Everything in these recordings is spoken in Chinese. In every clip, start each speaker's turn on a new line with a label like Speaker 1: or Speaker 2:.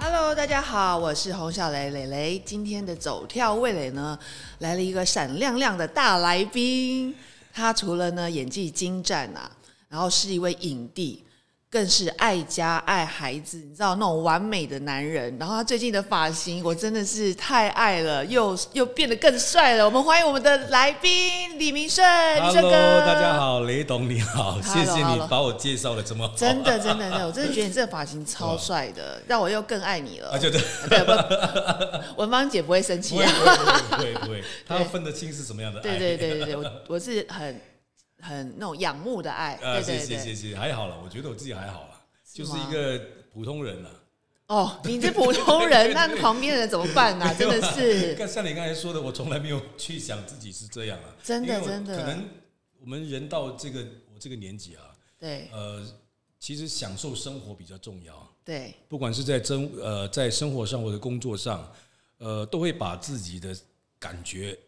Speaker 1: Hello，大家好，我是洪小雷蕾蕾。今天的走跳味蕾呢，来了一个闪亮亮的大来宾。他除了呢演技精湛啊，然后是一位影帝，更是爱家爱孩子，你知道那种完美的男人。然后他最近的发型，我真的是太爱了，又又变得更帅了。我们欢迎我们的来宾李明顺，明顺
Speaker 2: Hello，
Speaker 1: 哎哥，
Speaker 2: 大家。好，雷董你好，谢谢
Speaker 1: Hello，Hello
Speaker 2: 你把我介绍的这么好，
Speaker 1: 真的，真的，真的，我真的觉得你这个发型超帅的，让我又更爱你了。
Speaker 2: 啊，就对，
Speaker 1: 对，不，文芳 姐不会生
Speaker 2: 不
Speaker 1: 气
Speaker 2: 会
Speaker 1: 啊。
Speaker 2: 不会不会不会， 他要分得清是什么样的爱，
Speaker 1: 对对对对对，我我是很很那种仰慕的爱。
Speaker 2: 啊，
Speaker 1: 对
Speaker 2: 谢
Speaker 1: 对
Speaker 2: 谢谢
Speaker 1: 对。
Speaker 2: 谢，还好了，我觉得我自己还好了，
Speaker 1: 是
Speaker 2: 就
Speaker 1: 吗
Speaker 2: 是一个普通人了。
Speaker 1: 哦，你是普通人，那旁边人怎么办 啊？真的是，
Speaker 2: 看像你刚才说的，我从来没有去想自己是这样啊，
Speaker 1: 真的
Speaker 2: 因为我
Speaker 1: 真的
Speaker 2: 可能我们人到这个我这个年纪啊，
Speaker 1: 对
Speaker 2: 呃，其实享受生活比较重要。
Speaker 1: 对
Speaker 2: 不管是在生呃在生活上或者工作上，呃，都会把自己的感觉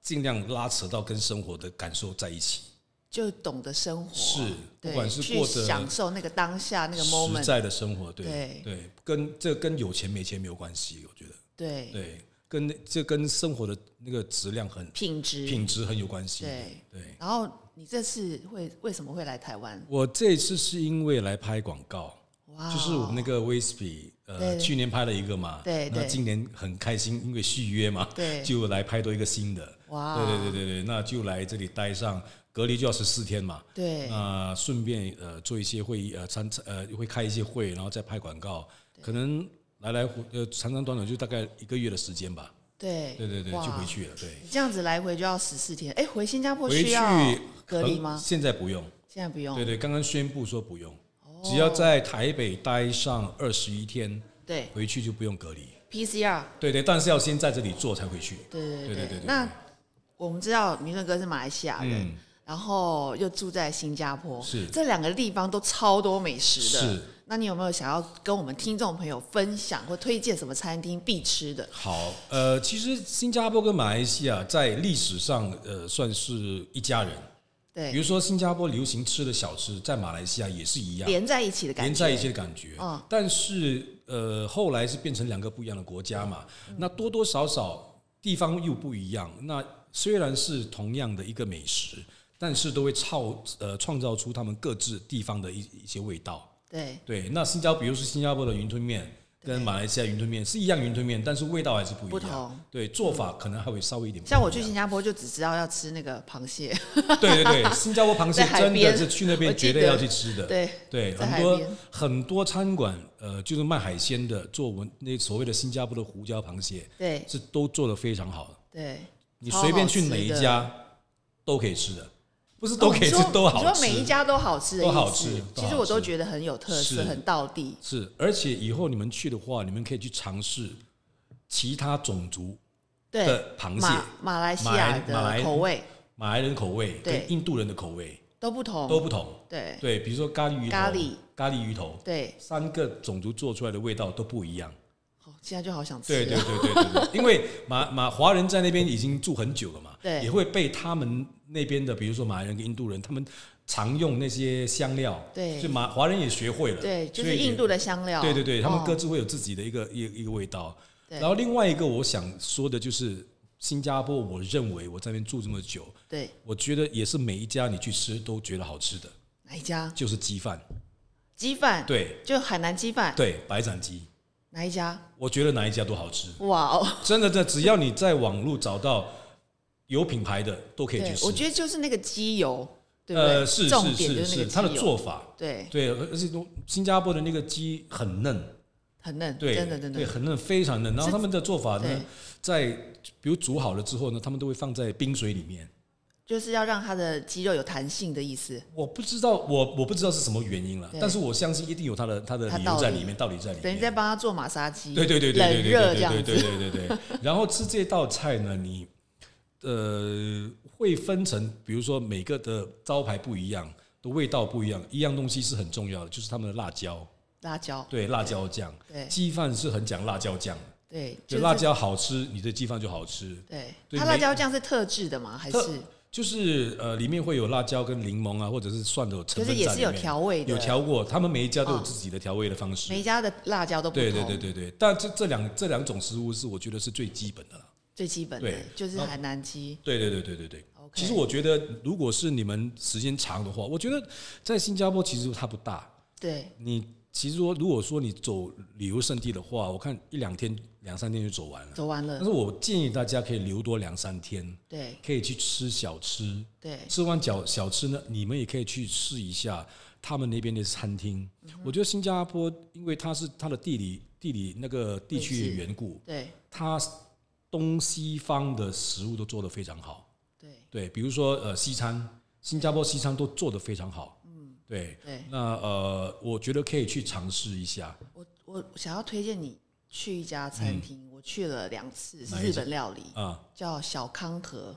Speaker 2: 尽量拉扯到跟生活的感受在一起，
Speaker 1: 就懂得生活，
Speaker 2: 是
Speaker 1: 对
Speaker 2: 不管是
Speaker 1: 去
Speaker 2: 过得
Speaker 1: 享受那个当下那个
Speaker 2: 实
Speaker 1: moment，
Speaker 2: 在的生活，对
Speaker 1: 对
Speaker 2: 跟这跟有钱没钱没有关系，我觉得
Speaker 1: 对
Speaker 2: 对，跟这跟生活的那个质量很
Speaker 1: 品质。
Speaker 2: 品质很有关系，
Speaker 1: 对
Speaker 2: 对。
Speaker 1: 然后你这次会为什么会来台湾？
Speaker 2: 我这次是因为来拍广告，
Speaker 1: 哇，
Speaker 2: 就是我们那个 Wispy，
Speaker 1: 啊对
Speaker 2: 呃，去年拍了一个嘛，
Speaker 1: 对对
Speaker 2: 那今年很开心，因为续约嘛，
Speaker 1: 对
Speaker 2: 就来拍多一个新的，
Speaker 1: 哇，
Speaker 2: 对对对对对，那就来这里待上，隔离就要十四天嘛，
Speaker 1: 对
Speaker 2: 那顺便呃做一些会议，呃参呃会开一些会，然后再拍广告，可能来来回呃长长短短就大概一个月的时间吧，
Speaker 1: 对
Speaker 2: 对对对，
Speaker 1: 哇
Speaker 2: 就回去了，对，
Speaker 1: 你这样子来回就要十四天。哎，回新加坡
Speaker 2: 回
Speaker 1: 需
Speaker 2: 去
Speaker 1: 要隔离
Speaker 2: 很
Speaker 1: 吗？哦
Speaker 2: 现在不用，
Speaker 1: 现在不用。
Speaker 2: 对对，刚刚宣布说不用，
Speaker 1: 哦
Speaker 2: 只要在台北待上二十一天，
Speaker 1: 对
Speaker 2: 回去就不用隔离。
Speaker 1: PCR，
Speaker 2: 对对，但是要先在这里做才回去。
Speaker 1: 对对
Speaker 2: 对对对对嗯
Speaker 1: 那我们知道明顺哥是马来西亚人，然后又住在新加坡，
Speaker 2: 是
Speaker 1: 这两个地方都超多美食的。
Speaker 2: 是。
Speaker 1: 那你有没有想要跟我们听众朋友分享或推荐什么餐厅必吃的？
Speaker 2: 好，呃，其实新加坡跟马来西亚在历史上，呃，算是一家人。比
Speaker 1: 对，
Speaker 2: 如说，新加坡流行吃的小吃，在马来西亚也是一样，
Speaker 1: 连在一起的感觉。
Speaker 2: 啊连在一起的感觉。
Speaker 1: 嗯
Speaker 2: 但是，呃，后来是变成两个不一样的国家嘛，那多多少少地方又不一样。那虽然是同样的一个美食，但是都会创呃创造出他们各自地方的一一些味道。
Speaker 1: 对
Speaker 2: 对，那新加坡，比如说新加坡的云吞面跟马来西亚云吞面是一样云吞面，但是味道还是不一样。
Speaker 1: 不同
Speaker 2: 对，做法可能还会稍微一点不一样。啊
Speaker 1: 像我去新加坡就只知道要吃那个螃 蟹，
Speaker 2: 对对对，新加坡螃蟹
Speaker 1: 在海
Speaker 2: 真
Speaker 1: 边
Speaker 2: 的是去那
Speaker 1: 我
Speaker 2: 边
Speaker 1: 记
Speaker 2: 绝对
Speaker 1: 得
Speaker 2: 要去吃的。
Speaker 1: 对
Speaker 2: 对，
Speaker 1: 在
Speaker 2: 很
Speaker 1: 海
Speaker 2: 多
Speaker 1: 边
Speaker 2: 很多餐馆，呃，就是卖海鲜的，做我们那所谓的新加坡的胡椒螃蟹，
Speaker 1: 对
Speaker 2: 是都做的非常好的。
Speaker 1: 对，
Speaker 2: 你
Speaker 1: 超
Speaker 2: 随便
Speaker 1: 好
Speaker 2: 去
Speaker 1: 吃
Speaker 2: 哪一
Speaker 1: 的
Speaker 2: 家都可以吃的，不是
Speaker 1: 哦
Speaker 2: 都可以
Speaker 1: 你
Speaker 2: 吃
Speaker 1: 说，
Speaker 2: 都好
Speaker 1: 你
Speaker 2: 吃。
Speaker 1: 说每一家都好吃的意思，
Speaker 2: 都好吃
Speaker 1: 其
Speaker 2: 都
Speaker 1: 实
Speaker 2: 好
Speaker 1: 我都
Speaker 2: 吃
Speaker 1: 觉得很有特色，
Speaker 2: 是
Speaker 1: 很道地。
Speaker 2: 是，而且以后你们去的话，你们可以去尝试其他种族
Speaker 1: 对，
Speaker 2: 的螃蟹
Speaker 1: 马，马来西
Speaker 2: 马
Speaker 1: 亚
Speaker 2: 来马
Speaker 1: 的
Speaker 2: 来
Speaker 1: 口味
Speaker 2: 马来人口味
Speaker 1: 对
Speaker 2: 跟印度人的口味
Speaker 1: 都不同，
Speaker 2: 都不同。
Speaker 1: 对
Speaker 2: 对，比如说咖喱鱼头、
Speaker 1: 咖喱
Speaker 2: 咖喱鱼头，
Speaker 1: 对。
Speaker 2: 三个种族做出来的味道都不一样。
Speaker 1: 哦，现在就好想吃。
Speaker 2: 对对对对对 对，因为马马华人在那边已经住很久了嘛，
Speaker 1: 对
Speaker 2: 也会被他们那边的，比如说马来人跟印度人，他们常用那些香料，
Speaker 1: 对
Speaker 2: 所以马华人也学会了，
Speaker 1: 对，就
Speaker 2: 所
Speaker 1: 是
Speaker 2: 以也
Speaker 1: 印度的香料。
Speaker 2: 对对对，他们各
Speaker 1: 哦
Speaker 2: 自会有自己的一个一个一个味道。
Speaker 1: 对
Speaker 2: 然后另外一个我想说的就是新加坡，我认为我在那边住这么久，
Speaker 1: 对
Speaker 2: 我觉得也是每一家你去吃都觉得好吃的，
Speaker 1: 哪一家
Speaker 2: 就是鸡饭。
Speaker 1: 鸡饭？，
Speaker 2: 对
Speaker 1: 就海南鸡饭。
Speaker 2: 对，白斩鸡，
Speaker 1: 哪一家？
Speaker 2: 我觉得哪一家都好吃。
Speaker 1: 哇哦！
Speaker 2: 真的，这只要你在网络找到有品牌的，都可以
Speaker 1: 对
Speaker 2: 去，吃。
Speaker 1: 我觉得就是那个鸡油，对不对？
Speaker 2: 呃，是
Speaker 1: 重
Speaker 2: 是
Speaker 1: 点就是是那
Speaker 2: 是，
Speaker 1: 个
Speaker 2: 它的
Speaker 1: 鸡油
Speaker 2: 做法，
Speaker 1: 对
Speaker 2: 对，而且都新加坡的那个鸡很嫩，
Speaker 1: 很嫩，
Speaker 2: 对，
Speaker 1: 真的真
Speaker 2: 对，
Speaker 1: 的
Speaker 2: 很嫩，非常嫩。然后他们的做法
Speaker 1: 对
Speaker 2: 呢，在比如煮好了之后呢，他们都会放在冰水里面。
Speaker 1: 就是要让它的肌肉有弹性的意思。
Speaker 2: 我不知道，我我不知道是什么原因了
Speaker 1: 对，
Speaker 2: 但是我相信一定有它的它的
Speaker 1: 它
Speaker 2: 理
Speaker 1: 道
Speaker 2: 由在
Speaker 1: 理
Speaker 2: 里面，道理在里
Speaker 1: 等于
Speaker 2: 面。
Speaker 1: 在帮他做马杀鸡，
Speaker 2: 对对对对对
Speaker 1: 冷
Speaker 2: 对
Speaker 1: 热
Speaker 2: 对
Speaker 1: 这样
Speaker 2: 对
Speaker 1: 子，
Speaker 2: 对对对 对。然后吃这道菜呢，你呃会分成，比如说每个的招牌不一样，的味道不一样，一样东西是很重要的，就是他们的辣椒，
Speaker 1: 辣椒，
Speaker 2: 对辣椒酱。
Speaker 1: 对
Speaker 2: 鸡饭是很讲辣椒酱的，
Speaker 1: 对，就
Speaker 2: 就
Speaker 1: 是
Speaker 2: 辣椒好吃，你的鸡饭就好吃。
Speaker 1: 对，
Speaker 2: 对
Speaker 1: 它辣
Speaker 2: 每
Speaker 1: 椒酱是特制的吗？还
Speaker 2: 特
Speaker 1: 是
Speaker 2: 就是呃，里面会有辣椒跟柠檬啊，或者是蒜头成
Speaker 1: 可
Speaker 2: 分在
Speaker 1: 是
Speaker 2: 里面，
Speaker 1: 也是有调味的，哦
Speaker 2: 有调过，他们每一家都有自己的调味的方式。
Speaker 1: 每一家的辣椒都不同，
Speaker 2: 对对对对对，但这这两这两种食物是我觉得是最基本的啦。
Speaker 1: 最基本的
Speaker 2: 对
Speaker 1: 就是海南鸡。
Speaker 2: 对对对对对对。
Speaker 1: OK
Speaker 2: 其实我觉得，如果是你们时间长的话，我觉得在新加坡其实它不大。
Speaker 1: 对，
Speaker 2: 你其实说，如果说你走旅游胜地的话，我看一两天、两三天就走完了。
Speaker 1: 走完
Speaker 2: 但
Speaker 1: 了。
Speaker 2: 是我建议大家可以留多两三天，
Speaker 1: 对
Speaker 2: 可以去吃小吃。
Speaker 1: 对，
Speaker 2: 吃完小小吃呢，你们也可以去试一下他们那边的餐厅。我觉得新加坡，因为它是它的地理地理那个地区
Speaker 1: 位
Speaker 2: 的
Speaker 1: 置
Speaker 2: 缘故，
Speaker 1: 对
Speaker 2: 它东西方的食物都做得非常好。
Speaker 1: 对
Speaker 2: 对，比如说呃西餐，新加坡西餐都做得非常好。嗯，对。
Speaker 1: 对，
Speaker 2: 那呃，我觉得可以去尝试一下。
Speaker 1: 我我想要推荐你去一家餐厅，我去了两次，是
Speaker 2: 嗯哪一
Speaker 1: 日
Speaker 2: 家
Speaker 1: 本料理，
Speaker 2: 啊，
Speaker 1: 叫小康和。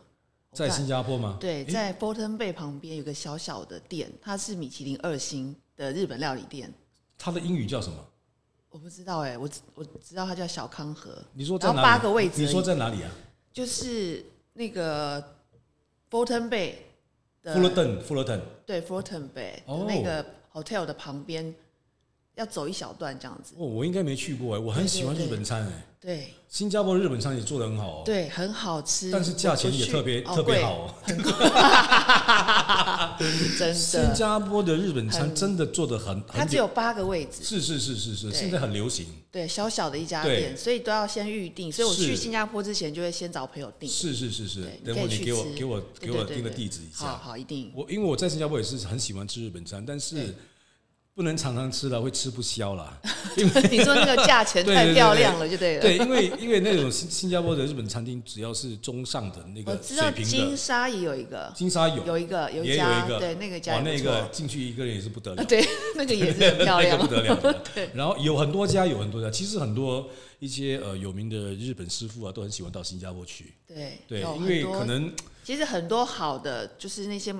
Speaker 1: 我
Speaker 2: 在
Speaker 1: 看
Speaker 2: 新加坡吗？
Speaker 1: 对，
Speaker 2: 诶
Speaker 1: 在 Fulton Bay 旁边有个小小的店，它是米其林二星的日本料理店。
Speaker 2: 它的英语叫什么？
Speaker 1: 我不知道哎、我只我知道它叫小康和，
Speaker 2: 你说在
Speaker 1: 然
Speaker 2: 哪
Speaker 1: 后
Speaker 2: 里？
Speaker 1: 八个位置而已
Speaker 2: 你说在哪里啊？
Speaker 1: 就是那个 Fulton Bay
Speaker 2: 富
Speaker 1: 的
Speaker 2: 勒顿，富勒顿。
Speaker 1: 对 Fulton Bay 的
Speaker 2: 哦
Speaker 1: 那个 hotel 的旁边，要走一小段这样子。
Speaker 2: 哦，我应该没去过哎，我很喜欢
Speaker 1: 对对
Speaker 2: 日
Speaker 1: 对
Speaker 2: 本餐哎。
Speaker 1: 对
Speaker 2: 新加坡日本餐也做得很好哦，
Speaker 1: 对，很好吃，
Speaker 2: 但是价钱也特别
Speaker 1: 我不去
Speaker 2: 特别，好
Speaker 1: 哦
Speaker 2: 哦。
Speaker 1: 贵真
Speaker 2: 新
Speaker 1: 的。
Speaker 2: 加坡的日本餐
Speaker 1: 很
Speaker 2: 真的做得很
Speaker 1: 它
Speaker 2: 很
Speaker 1: 只有八个位置，
Speaker 2: 是是是是是，
Speaker 1: 对
Speaker 2: 现在很流行。
Speaker 1: 对，小小的一家
Speaker 2: 对
Speaker 1: 店，所以都要先预定。所以我
Speaker 2: 是
Speaker 1: 去新加坡之前就会先找朋友订。
Speaker 2: 是是是是
Speaker 1: 对，
Speaker 2: 等
Speaker 1: 可以
Speaker 2: 会你
Speaker 1: 去
Speaker 2: 给我
Speaker 1: 吃
Speaker 2: 给我
Speaker 1: 对
Speaker 2: 给我
Speaker 1: 对对
Speaker 2: 那个
Speaker 1: 对
Speaker 2: 地址一
Speaker 1: 好
Speaker 2: 下。
Speaker 1: 好，一 定。
Speaker 2: 我因为我在新加坡也是很喜欢吃日本餐，但是不能常常吃了，会吃不消了。
Speaker 1: 你说那个价钱
Speaker 2: 对对
Speaker 1: 太
Speaker 2: 对
Speaker 1: 漂
Speaker 2: 对
Speaker 1: 亮了，就对了。
Speaker 2: 对，因为因为那种新新加坡的日本餐厅，只要是中上的那
Speaker 1: 我
Speaker 2: 个
Speaker 1: 知道
Speaker 2: 水平
Speaker 1: 金
Speaker 2: 的，
Speaker 1: 沙也有一个，
Speaker 2: 金沙有
Speaker 1: 有一个，有
Speaker 2: 也有
Speaker 1: 家，
Speaker 2: 一个，
Speaker 1: 对，那个家
Speaker 2: 哇，
Speaker 1: 也
Speaker 2: 那
Speaker 1: 不错
Speaker 2: 个进去一个人也是不得 了
Speaker 1: 啊。对，那个也是很漂亮
Speaker 2: 那个。不得 了的。然后有很多家，有很多家，其实很多一些呃有名的日本师傅啊，都很喜欢到新加坡去。
Speaker 1: 对，
Speaker 2: 对，
Speaker 1: 有
Speaker 2: 因
Speaker 1: 很
Speaker 2: 为可
Speaker 1: 多，
Speaker 2: 能
Speaker 1: 其实很多好的就是那些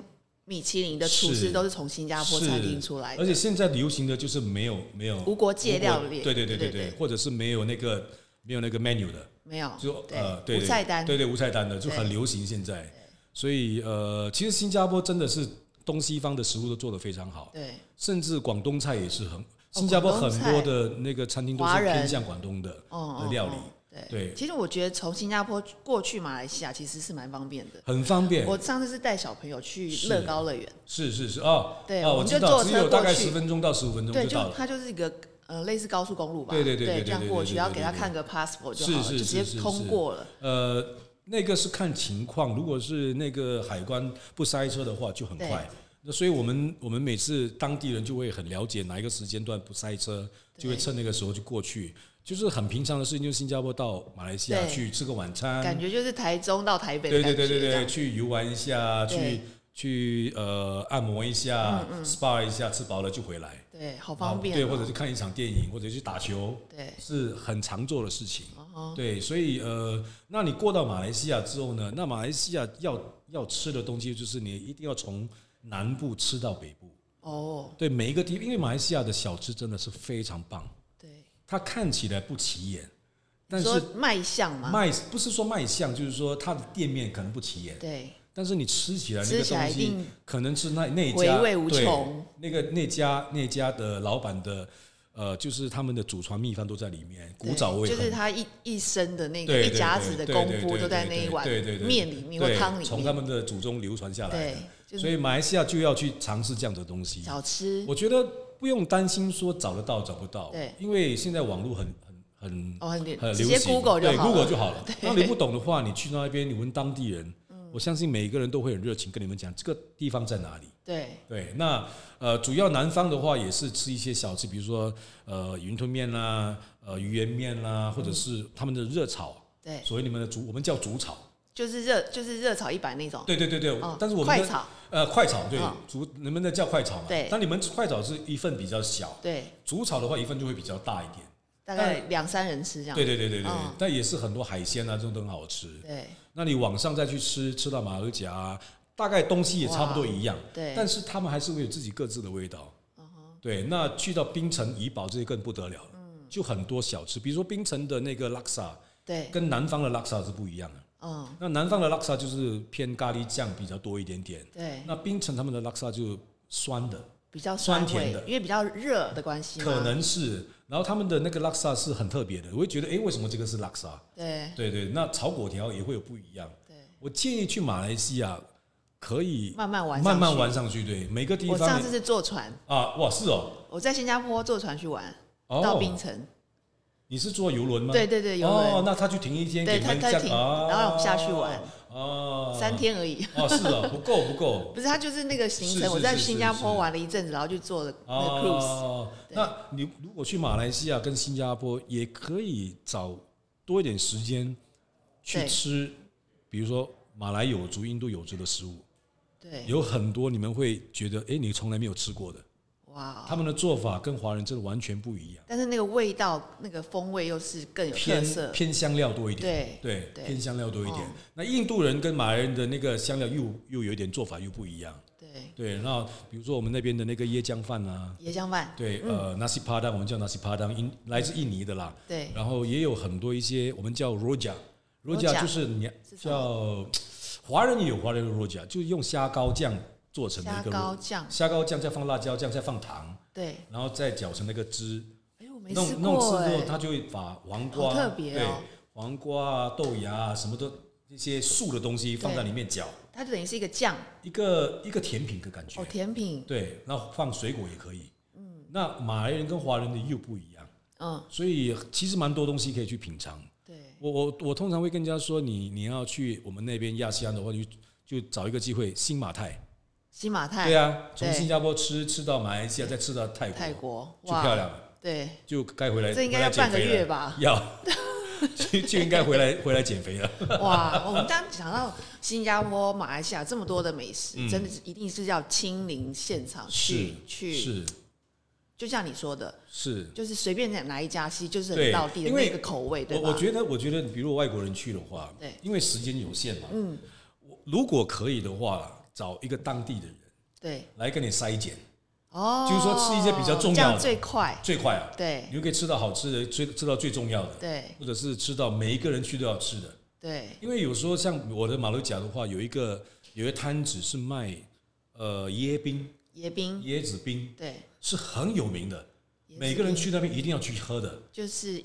Speaker 1: 米其林的厨师
Speaker 2: 是
Speaker 1: 都是从新加坡
Speaker 2: 是
Speaker 1: 餐厅出来
Speaker 2: 而且
Speaker 1: 的，
Speaker 2: 现在流行的就是没有没有
Speaker 1: 无国界料理。
Speaker 2: 对对
Speaker 1: 对
Speaker 2: 对对对，或者是没有那个没有那个 menu 的，
Speaker 1: 没有，
Speaker 2: 就
Speaker 1: 对
Speaker 2: 呃对
Speaker 1: 无
Speaker 2: 对
Speaker 1: 菜单。
Speaker 2: 对对无菜单的就
Speaker 1: 对
Speaker 2: 很流行现在。所以呃，其实新加坡真的是东西方的食物都做得非常好，
Speaker 1: 对哦
Speaker 2: 甚至广东菜也是很。新加坡
Speaker 1: 广
Speaker 2: 很
Speaker 1: 东
Speaker 2: 多的那个餐厅都是
Speaker 1: 华人
Speaker 2: 偏向广东的
Speaker 1: 哦
Speaker 2: 的料理，
Speaker 1: 哦哦对，
Speaker 2: 对，
Speaker 1: 其实我觉得从新加坡过去马来西亚其实是蛮方便的。
Speaker 2: 很方便。
Speaker 1: 我上次是带小朋友去
Speaker 2: 是
Speaker 1: 乐高乐园，
Speaker 2: 是是是哦，
Speaker 1: 对
Speaker 2: 哦，
Speaker 1: 我
Speaker 2: 我
Speaker 1: 们就
Speaker 2: 知道，
Speaker 1: 坐
Speaker 2: 只
Speaker 1: 车
Speaker 2: 有大概
Speaker 1: 过去
Speaker 2: 十分钟到十五分钟
Speaker 1: 对，
Speaker 2: 就
Speaker 1: 就
Speaker 2: 到了。
Speaker 1: 它就是一个呃类似高速公路吧，
Speaker 2: 对对对对对
Speaker 1: 这样过去，
Speaker 2: 对对对
Speaker 1: 然后给他
Speaker 2: 对对
Speaker 1: 看个 passport 就好了，
Speaker 2: 是
Speaker 1: 就是直接
Speaker 2: 是是
Speaker 1: 通过了。
Speaker 2: 呃，那个是看情况，如果是那个海关不塞车的话，就很快。那所以我们我们每次当地人就会很了解哪一个时间段不塞车，就会趁那个时候就过去，就是很平常的事情。就新加坡到马来西亚
Speaker 1: 对
Speaker 2: 去吃个晚餐，
Speaker 1: 感觉就是台中到台北的
Speaker 2: 对
Speaker 1: 感
Speaker 2: 嗯对
Speaker 1: 觉，
Speaker 2: 对对
Speaker 1: 这样
Speaker 2: 对，去游玩一下，
Speaker 1: 对嗯
Speaker 2: 去去呃按摩一下、s p a 一下，吃饱了就回来。
Speaker 1: 对，好方便哦、
Speaker 2: 啊对，或者是看一场电影，或者去打球，
Speaker 1: 对哦
Speaker 2: 是很常做的事情。对，所以呃，那你过到马来西亚之后呢，那马来西亚要要吃的东西就是你一定要从南部吃到北部。
Speaker 1: 哦，
Speaker 2: 对，每一个地，因为马来西亚的小吃真的是非常棒，
Speaker 1: 对，
Speaker 2: 它看起来不起眼，但
Speaker 1: 你说啊
Speaker 2: 是
Speaker 1: 卖相嘛，
Speaker 2: 卖不是说卖相，就是说它的店面可能不起眼，
Speaker 1: 对
Speaker 2: 但是你吃起来那
Speaker 1: 吃
Speaker 2: 个
Speaker 1: 起来
Speaker 2: 东
Speaker 1: 一
Speaker 2: 西
Speaker 1: 定，
Speaker 2: 可能是那那一家
Speaker 1: 回味无
Speaker 2: 对
Speaker 1: 穷
Speaker 2: 那个那家那家的老板的呃，就是他们的祖传秘方都在里面，古
Speaker 1: 对
Speaker 2: 早味
Speaker 1: 就
Speaker 2: 很
Speaker 1: 是他一一生的那个
Speaker 2: 对
Speaker 1: 一
Speaker 2: 对
Speaker 1: 甲
Speaker 2: 对
Speaker 1: 子的
Speaker 2: 对
Speaker 1: 功
Speaker 2: 对
Speaker 1: 夫
Speaker 2: 对
Speaker 1: 都在
Speaker 2: 对
Speaker 1: 那一
Speaker 2: 对
Speaker 1: 碗
Speaker 2: 对对对
Speaker 1: 面里面或
Speaker 2: 对
Speaker 1: 汤里
Speaker 2: 从他
Speaker 1: 面，
Speaker 2: 们的祖宗流传下来
Speaker 1: 对
Speaker 2: 的。，
Speaker 1: 就
Speaker 2: 所
Speaker 1: 是
Speaker 2: 以马来西亚就要去尝试这样的东西。
Speaker 1: 小吃
Speaker 2: 我觉得不用担心说找得到找不到，
Speaker 1: 对
Speaker 2: 因为现在网络很很很
Speaker 1: 哦，很
Speaker 2: 很
Speaker 1: 直
Speaker 2: 流
Speaker 1: 接
Speaker 2: 行
Speaker 1: Google 就
Speaker 2: 对
Speaker 1: 好
Speaker 2: Google
Speaker 1: 了，
Speaker 2: 就好了
Speaker 1: 对。嗯
Speaker 2: 那你不懂的话，你去到那边，你问当地人，我相信每一个人都会很热情跟你们讲这个地方在哪里。
Speaker 1: 对
Speaker 2: 对，那呃，主要南方的话也是吃一些小吃，比如说呃云吞面啦、呃鱼圆面啦，或者是他们的热炒，
Speaker 1: 嗯对，
Speaker 2: 所谓你们的煮，我们叫煮炒。
Speaker 1: 就是热就是热炒一百那种，
Speaker 2: 对对对对，
Speaker 1: 哦
Speaker 2: 但是我们
Speaker 1: 快
Speaker 2: 的
Speaker 1: 炒，
Speaker 2: 呃快炒对
Speaker 1: 哦
Speaker 2: 煮，你们的叫快炒嘛？
Speaker 1: 对
Speaker 2: 但你们快炒是一份比较小，
Speaker 1: 对，
Speaker 2: 煮炒的话一份就会比较大一点。
Speaker 1: 大概两三人吃这样，
Speaker 2: 对对对对对，
Speaker 1: 嗯
Speaker 2: 但也是很多海鲜啊，这种都很好吃。
Speaker 1: 对
Speaker 2: 那你网上再去吃，吃到马六甲啊，大概东西也差不多一样，
Speaker 1: 对嗯
Speaker 2: 但是他们还是会有自己各自的味道。对，那去到槟城、怡保这些更不得了
Speaker 1: 嗯
Speaker 2: 了，就很多小吃，比如说槟城的那个拉萨
Speaker 1: 对
Speaker 2: 跟南方的拉萨是不一样的，
Speaker 1: 嗯，
Speaker 2: 那南方的拉萨就是偏咖喱酱比较多一点点，
Speaker 1: 对，
Speaker 2: 那槟城他们的拉萨就酸的，
Speaker 1: 比较
Speaker 2: 酸
Speaker 1: 酸
Speaker 2: 甜
Speaker 1: 味
Speaker 2: 的，
Speaker 1: 因为比较热的关系嘛。
Speaker 2: 可能是。然后他们的那个拉萨是很特别的，我会觉得，诶，为什么这个是拉萨？
Speaker 1: 对
Speaker 2: 对对，那炒粿条也会有不一样。
Speaker 1: 对，
Speaker 2: 我建议去马来西亚可以
Speaker 1: 慢慢玩，
Speaker 2: 慢慢。玩上去，对每个地
Speaker 1: 我
Speaker 2: 方
Speaker 1: 上次是坐船，
Speaker 2: 啊，哇，是哦，
Speaker 1: 我在新加坡坐船去玩，到
Speaker 2: 哦，
Speaker 1: 槟城。
Speaker 2: 你是坐游轮吗？
Speaker 1: 对对对，游
Speaker 2: 哦
Speaker 1: 轮，，
Speaker 2: 那他就停一天，
Speaker 1: 对
Speaker 2: 给
Speaker 1: 他
Speaker 2: 你
Speaker 1: 他
Speaker 2: 们这样
Speaker 1: 停，
Speaker 2: 啊、
Speaker 1: 然后让我们下去玩
Speaker 2: 哦，
Speaker 1: 三天而已。
Speaker 2: 哦，是哦，不够不够
Speaker 1: 不是，他就是那个行
Speaker 2: 是
Speaker 1: 程。
Speaker 2: 是
Speaker 1: 我在
Speaker 2: 是
Speaker 1: 新加坡
Speaker 2: 是
Speaker 1: 玩了一阵子，然后就坐了那个 cruise。
Speaker 2: 哦。那你如果去马来西亚跟新加坡，也可以找多一点时间去
Speaker 1: 对
Speaker 2: 吃，比如说马来有族、印度有族的食物，
Speaker 1: 对，
Speaker 2: 有很多你们会觉得，哎，你从来没有吃过的，
Speaker 1: 哇，哦
Speaker 2: 他们的做法跟华人真的完全不一样，
Speaker 1: 但是那个味道、那个风味又是更有特
Speaker 2: 偏
Speaker 1: 色。
Speaker 2: 偏香料多一点。
Speaker 1: 对
Speaker 2: 对，
Speaker 1: 对
Speaker 2: 偏香料多一点
Speaker 1: 哦。
Speaker 2: 那印度人跟马来人的那个香料又又有一点做法又不一样。
Speaker 1: 对，
Speaker 2: 对，然后比如说我们那边的那个椰浆饭啊，
Speaker 1: 椰浆饭，
Speaker 2: 对，呃，nasi padang 我们叫 nasi padang，印来自印尼的啦。
Speaker 1: 对，
Speaker 2: 然后也有很多一些我们叫 roja，roja
Speaker 1: Rojak
Speaker 2: 就是你
Speaker 1: 是什
Speaker 2: 叫华人也有华人的 roja，就是用虾膏酱做成的
Speaker 1: 虾
Speaker 2: 一个 ro-
Speaker 1: 膏酱，
Speaker 2: 虾膏酱再放辣椒酱再放糖，
Speaker 1: 对。
Speaker 2: 然后再搅成那个汁，
Speaker 1: 哎，我没
Speaker 2: 弄
Speaker 1: 吃
Speaker 2: 弄
Speaker 1: 过
Speaker 2: 吃之后，
Speaker 1: 哎。
Speaker 2: 它就会把黄瓜
Speaker 1: 好特别
Speaker 2: 对
Speaker 1: 哦
Speaker 2: 黄瓜啊、豆芽啊什么的这些素的东西放在里面搅，
Speaker 1: 它就等于是一个酱
Speaker 2: 一个一个甜品的感觉
Speaker 1: 哦，。甜品，
Speaker 2: 对，那放水果也可以。嗯，那马来人跟华人的又不一样，
Speaker 1: 嗯，
Speaker 2: 所以其实蛮多东西可以去品尝。
Speaker 1: 对，
Speaker 2: 我我我通常会跟人家说，你你要去我们那边亚细安的话，你就就找一个机会新马泰。
Speaker 1: 新马泰，
Speaker 2: 对啊，从
Speaker 1: 对
Speaker 2: 新加坡吃吃到马来西亚，再吃到泰国，
Speaker 1: 泰国，
Speaker 2: 就漂，亮了，
Speaker 1: 对，
Speaker 2: 就该回来。
Speaker 1: 这应该
Speaker 2: 回
Speaker 1: 要
Speaker 2: 来减
Speaker 1: 半个
Speaker 2: 肥了
Speaker 1: 月吧？
Speaker 2: 要 就就应该回来回来减肥 了。
Speaker 1: 哇，我们刚刚讲到新加坡、马来西亚这么多的美食，
Speaker 2: 嗯
Speaker 1: 真的是一定是要亲临现场去去，
Speaker 2: 是
Speaker 1: 就像你说的，
Speaker 2: 是，
Speaker 1: 就是随便哪哪一家，其实就是
Speaker 2: 对
Speaker 1: 很到地的
Speaker 2: 因为
Speaker 1: 那个口味，对
Speaker 2: 我
Speaker 1: 吧？
Speaker 2: 我觉得我觉得，比如外国人去的话，
Speaker 1: 对
Speaker 2: 因为时间有限嘛，嗯，我如果可以的话，找一个当地的人
Speaker 1: 对，
Speaker 2: 来跟你筛检，
Speaker 1: 哦，
Speaker 2: 就是说吃一些比较重要的
Speaker 1: 这样最快，
Speaker 2: 最快啊，
Speaker 1: 对
Speaker 2: 你就可以吃到好吃的，最吃到最重要的，
Speaker 1: 对
Speaker 2: 或者是吃到每一个人去都要吃的。
Speaker 1: 对，
Speaker 2: 因为有时候像我的马六甲的话，有一个有一个摊子是卖呃椰冰、
Speaker 1: 椰冰，
Speaker 2: 椰子冰，
Speaker 1: 对，
Speaker 2: 是很有名的，
Speaker 1: 椰子
Speaker 2: 每个人
Speaker 1: 冰
Speaker 2: 去那边一定要去喝的。
Speaker 1: 就是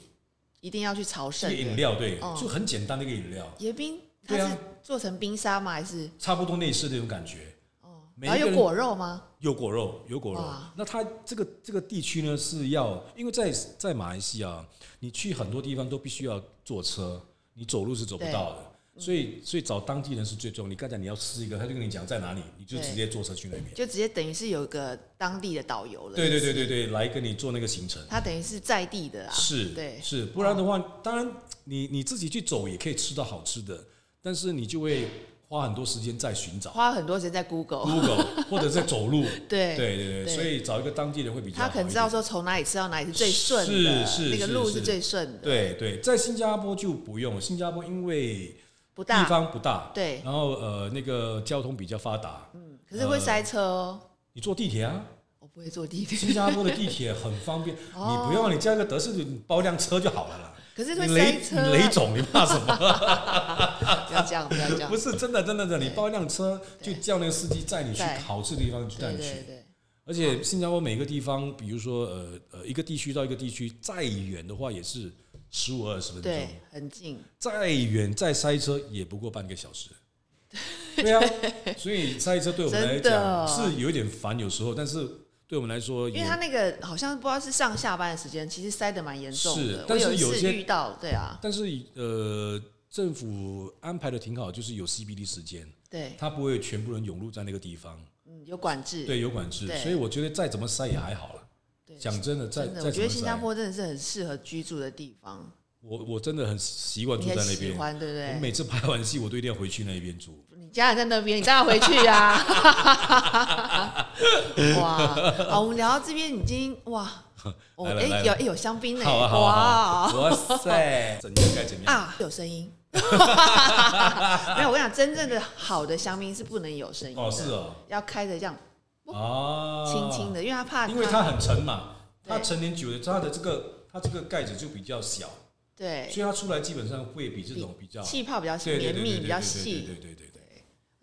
Speaker 1: 一定要去朝圣
Speaker 2: 是
Speaker 1: 的
Speaker 2: 饮料，对，
Speaker 1: 哦
Speaker 2: 就很简单的一个饮料，
Speaker 1: 椰冰，它
Speaker 2: 对啊
Speaker 1: 是做成冰沙吗？还是
Speaker 2: 差不多类似那种感觉。
Speaker 1: 哦，
Speaker 2: 每一
Speaker 1: 然
Speaker 2: 个
Speaker 1: 后
Speaker 2: 人
Speaker 1: 有果肉吗？
Speaker 2: 有果肉，有果肉
Speaker 1: 哇。
Speaker 2: 那它这个这个地区呢，是要因为在在马来西亚，你去很多地方都必须要坐车，你走路是走不到的。
Speaker 1: 嗯
Speaker 2: 所以，所以找当地人是最重要。你刚才你要吃一个，他就跟你讲在哪里，你就
Speaker 1: 对
Speaker 2: 直接坐车去那边。
Speaker 1: 就直接等于是有一个当地的导游了，
Speaker 2: 对对对对对，来跟你做那个行程。
Speaker 1: 他等于是在地的啦，
Speaker 2: 是，
Speaker 1: 啊对哦
Speaker 2: 是，不然的话，当然你你自己去走也可以吃到好吃的，但是你就会花很多时间在寻找。
Speaker 1: 花很多时间在 Google，
Speaker 2: Google 或者在走路。
Speaker 1: 哦 对
Speaker 2: 对对对，
Speaker 1: 对
Speaker 2: 所以找一个当地人会比较好
Speaker 1: 他
Speaker 2: 一点。
Speaker 1: 可能知道说从哪里吃到哪里是最顺的，
Speaker 2: 是是
Speaker 1: 那个路
Speaker 2: 是是
Speaker 1: 是最顺的，
Speaker 2: 对对，在新加坡就不用，新加坡因为
Speaker 1: 不
Speaker 2: 地
Speaker 1: 大，
Speaker 2: 方不大，
Speaker 1: 对，嗯
Speaker 2: 然后呃那个交通比较发达，
Speaker 1: 可是
Speaker 2: 呃
Speaker 1: 会塞车哦。
Speaker 2: 你坐地 铁啊，
Speaker 1: 我不会坐地
Speaker 2: 新
Speaker 1: 铁，
Speaker 2: 加坡的地铁很方便，
Speaker 1: 哦
Speaker 2: 你不用你叫一个德士你包辆车就好了啦。
Speaker 1: 可是
Speaker 2: 你
Speaker 1: 会
Speaker 2: 雷
Speaker 1: 塞车啊
Speaker 2: 你雷总，你怕什么？
Speaker 1: 不要这样，不要这样
Speaker 2: 不，是真的，真的，真的，你
Speaker 1: 对
Speaker 2: 包一辆车就
Speaker 1: 对
Speaker 2: 叫那个司机载你去
Speaker 1: 载
Speaker 2: 好吃的地方，就带
Speaker 1: 对
Speaker 2: 你去
Speaker 1: 对。对，
Speaker 2: 而且新加坡每个地方，比如说呃呃一个地区到一个地区，再远的话也是十五二十分钟
Speaker 1: 对，，很近，
Speaker 2: 再远再塞车也不过半个小 时。对啊，所以塞车对我们来
Speaker 1: 真的
Speaker 2: 讲是有一点烦，有时候，但是对我们来说
Speaker 1: 因为
Speaker 2: 也
Speaker 1: 他那个好像不知道是上下班的时间，其实塞得蛮严重
Speaker 2: 是
Speaker 1: 的。
Speaker 2: 但是
Speaker 1: 我有
Speaker 2: 有
Speaker 1: 一
Speaker 2: 些
Speaker 1: 次遇到，对啊，
Speaker 2: 但是呃政府安排的挺好，就是有 CBD 时间，
Speaker 1: 对，
Speaker 2: 它不会全部人涌入在那个地方，
Speaker 1: 嗯，有管制，
Speaker 2: 对，有管制，
Speaker 1: 对
Speaker 2: 所以我觉得再怎么塞也还好了。
Speaker 1: 对
Speaker 2: 讲真的，再
Speaker 1: 真的，
Speaker 2: 再
Speaker 1: 我觉
Speaker 2: 怎么
Speaker 1: 得新加
Speaker 2: 塞，
Speaker 1: 坡真的是很适合居住的地方，
Speaker 2: 我我真的很习惯
Speaker 1: 你
Speaker 2: 住
Speaker 1: 很
Speaker 2: 在那
Speaker 1: 喜
Speaker 2: 边。
Speaker 1: 欢，对不
Speaker 2: 我
Speaker 1: 对？
Speaker 2: 每次拍完戏，我都一定要回去那边住。
Speaker 1: 你家人在那边，你当然回去 啊！哇，好，我们聊到这边已经哇，我
Speaker 2: 来了
Speaker 1: 哎
Speaker 2: 来
Speaker 1: 有
Speaker 2: 了
Speaker 1: 哎有香槟呢，
Speaker 2: 好啊，好啊，
Speaker 1: 哇
Speaker 2: 好啊！哇塞，怎样该怎样？
Speaker 1: 啊有声音， 没有，我跟你讲，真正的好的香槟是不能有声音
Speaker 2: 哦，是
Speaker 1: 的，
Speaker 2: 哦，
Speaker 1: 要开的这样
Speaker 2: 啊，
Speaker 1: 轻轻的，因为他怕
Speaker 2: 因为它很沉嘛，
Speaker 1: 对
Speaker 2: 它陈年酒的，它的这个它这个盖子就比较小，
Speaker 1: 对，
Speaker 2: 所以它出来基本上会比这种比较
Speaker 1: 气泡比较
Speaker 2: 对对
Speaker 1: 绵
Speaker 2: 对对
Speaker 1: 密，
Speaker 2: 对
Speaker 1: 比较
Speaker 2: 对对
Speaker 1: 细
Speaker 2: 对。对对对对，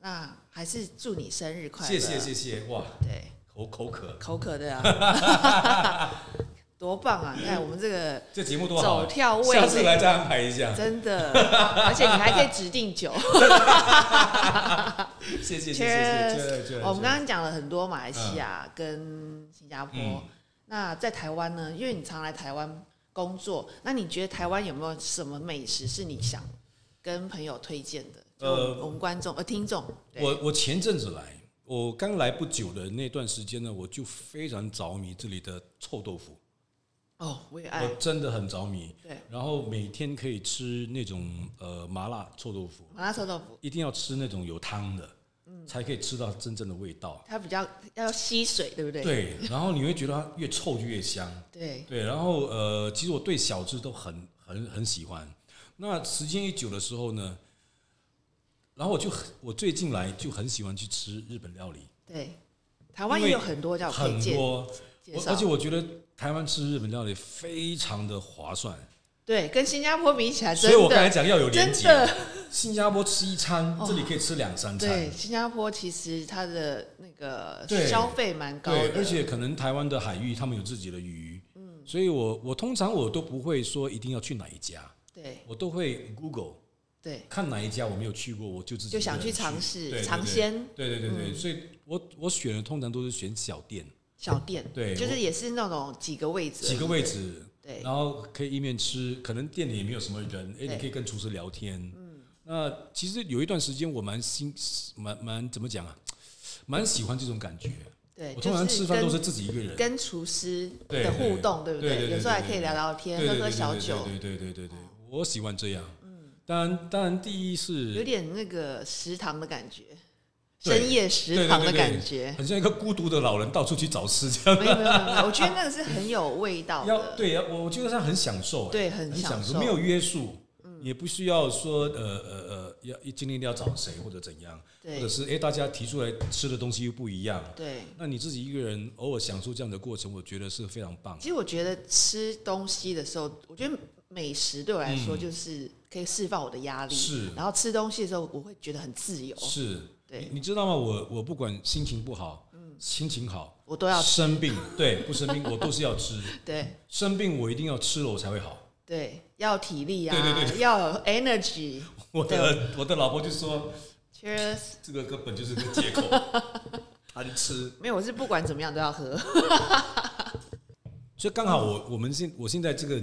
Speaker 1: 那还是祝你生日快乐！
Speaker 2: 谢谢谢谢，哇，
Speaker 1: 对，
Speaker 2: 口口渴，
Speaker 1: 口渴的啊， 多棒啊！你看我们这个
Speaker 2: 这节目多好
Speaker 1: 走
Speaker 2: 啊，
Speaker 1: 跳位，
Speaker 2: 下次来再安排一下，
Speaker 1: 真的，而且你还可以指定酒。
Speaker 2: 谢谢谢谢谢
Speaker 1: Cheers 哦
Speaker 2: 谢谢，
Speaker 1: 我们刚刚讲了很多马来西亚跟新加坡，
Speaker 2: 嗯
Speaker 1: 那在台湾呢？因为你常来台湾工作，那你觉得台湾有没有什么美食是你想跟朋友推荐的？就我们
Speaker 2: 呃
Speaker 1: 我们观众呃听众，对
Speaker 2: 我我前阵子来，我刚来不久的那段时间呢，我就非常着迷这里的臭豆腐，
Speaker 1: 哦，我也爱
Speaker 2: 我真的很着迷。
Speaker 1: 对
Speaker 2: 然后每天可以吃那种呃麻辣臭豆腐，
Speaker 1: 麻辣臭豆腐，
Speaker 2: 一定要吃那种有汤的，
Speaker 1: 嗯
Speaker 2: 才可以吃到真正的味道。
Speaker 1: 它比较要吸水，对不对？
Speaker 2: 对，然后你会觉得它越臭就越香。
Speaker 1: 对
Speaker 2: 对，然后呃，其实我对小吃都很很很喜欢。那时间一久的时候呢，然后我就很我最近来就很喜欢去吃日本料理。
Speaker 1: 对台湾
Speaker 2: 因为
Speaker 1: 也有很多叫可以
Speaker 2: 很
Speaker 1: 介
Speaker 2: 多，
Speaker 1: 介
Speaker 2: 我
Speaker 1: 绍
Speaker 2: 而且我觉得台湾吃日本料理非常的划算，
Speaker 1: 对，跟新加坡比起来，
Speaker 2: 所以我
Speaker 1: 真
Speaker 2: 刚才
Speaker 1: 的
Speaker 2: 讲要有连
Speaker 1: 真
Speaker 2: 结。
Speaker 1: 的哦
Speaker 2: 新加坡吃一餐，这里可以吃两三餐
Speaker 1: 对，新加坡其实它的那个
Speaker 2: 对
Speaker 1: 消费蛮高
Speaker 2: 对，
Speaker 1: 的，
Speaker 2: 而且可能台湾的海域他们有自己的鱼，嗯，所以我我通常我都不会说一定要去哪一家，
Speaker 1: 对
Speaker 2: 我都会 Google
Speaker 1: 对
Speaker 2: 看哪一家我没有去过，我就自己
Speaker 1: 就想
Speaker 2: 一个
Speaker 1: 去
Speaker 2: 人
Speaker 1: 尝试
Speaker 2: 对对
Speaker 1: 尝
Speaker 2: 对
Speaker 1: 鲜嗯
Speaker 2: 对对对对，所以我我选的通常都是选小店，
Speaker 1: 小店，
Speaker 2: 对
Speaker 1: 就是也是那种几个位置，
Speaker 2: 几个位置，
Speaker 1: 对
Speaker 2: 然后可以一面吃，可能店里也没有什么人，
Speaker 1: 对
Speaker 2: 哎，你可以跟厨师聊天。嗯，那其实有一段时间我蛮新，蛮蛮怎么讲啊，蛮喜欢这种感觉。
Speaker 1: 对，
Speaker 2: 我
Speaker 1: 就
Speaker 2: 通常吃饭
Speaker 1: 跟
Speaker 2: 都是自己一个人，
Speaker 1: 跟厨师
Speaker 2: 对
Speaker 1: 的互动，对
Speaker 2: 对
Speaker 1: 不
Speaker 2: 对对对
Speaker 1: 有时候还可以聊聊
Speaker 2: 对
Speaker 1: 天，
Speaker 2: 对
Speaker 1: 喝
Speaker 2: 对
Speaker 1: 喝
Speaker 2: 对
Speaker 1: 小
Speaker 2: 对
Speaker 1: 酒，哦
Speaker 2: 对对对对对，我喜欢这样。嗯，当然当然，第一是
Speaker 1: 有点那个食堂的感觉，
Speaker 2: 对
Speaker 1: 深夜食堂的感 觉。
Speaker 2: 很像一个孤独的老人到处去找吃这样。
Speaker 1: 没有没有没有，我觉得那个是很有味道
Speaker 2: 要
Speaker 1: 的。
Speaker 2: 对呀，我我觉得他很享受，哎
Speaker 1: 对很
Speaker 2: 很享
Speaker 1: 享
Speaker 2: 受，
Speaker 1: 受嗯
Speaker 2: 没有约束，也不需要说呃呃呃，要今天一定要找谁或者怎样，或者
Speaker 1: 对
Speaker 2: 是哎、诶大家提出来吃的东西又不一样，
Speaker 1: 对，
Speaker 2: 那你自己一个人偶尔享受这样的过程，我觉得是非常棒。
Speaker 1: 其实我觉得吃东西的时候，我觉得美食对我来说就是可以释放我的压力，
Speaker 2: 嗯是
Speaker 1: 然后吃东西的时候，我会觉得很自由，
Speaker 2: 是，
Speaker 1: 对
Speaker 2: 你你知道吗？我我不管心情不好，心情好
Speaker 1: 我都要吃。
Speaker 2: 生病，对，不生病我都是要 吃，
Speaker 1: 对
Speaker 2: 生病我一定要吃了我才会好。
Speaker 1: 对，要体力啊，
Speaker 2: 对对对
Speaker 1: 要有 energy。
Speaker 2: 我的我的老婆就说
Speaker 1: Cheers！
Speaker 2: 这个根本就是个借 口，贪吃。
Speaker 1: 没有，我是不管怎么样都要喝。
Speaker 2: 所以刚好我我们现我现在这个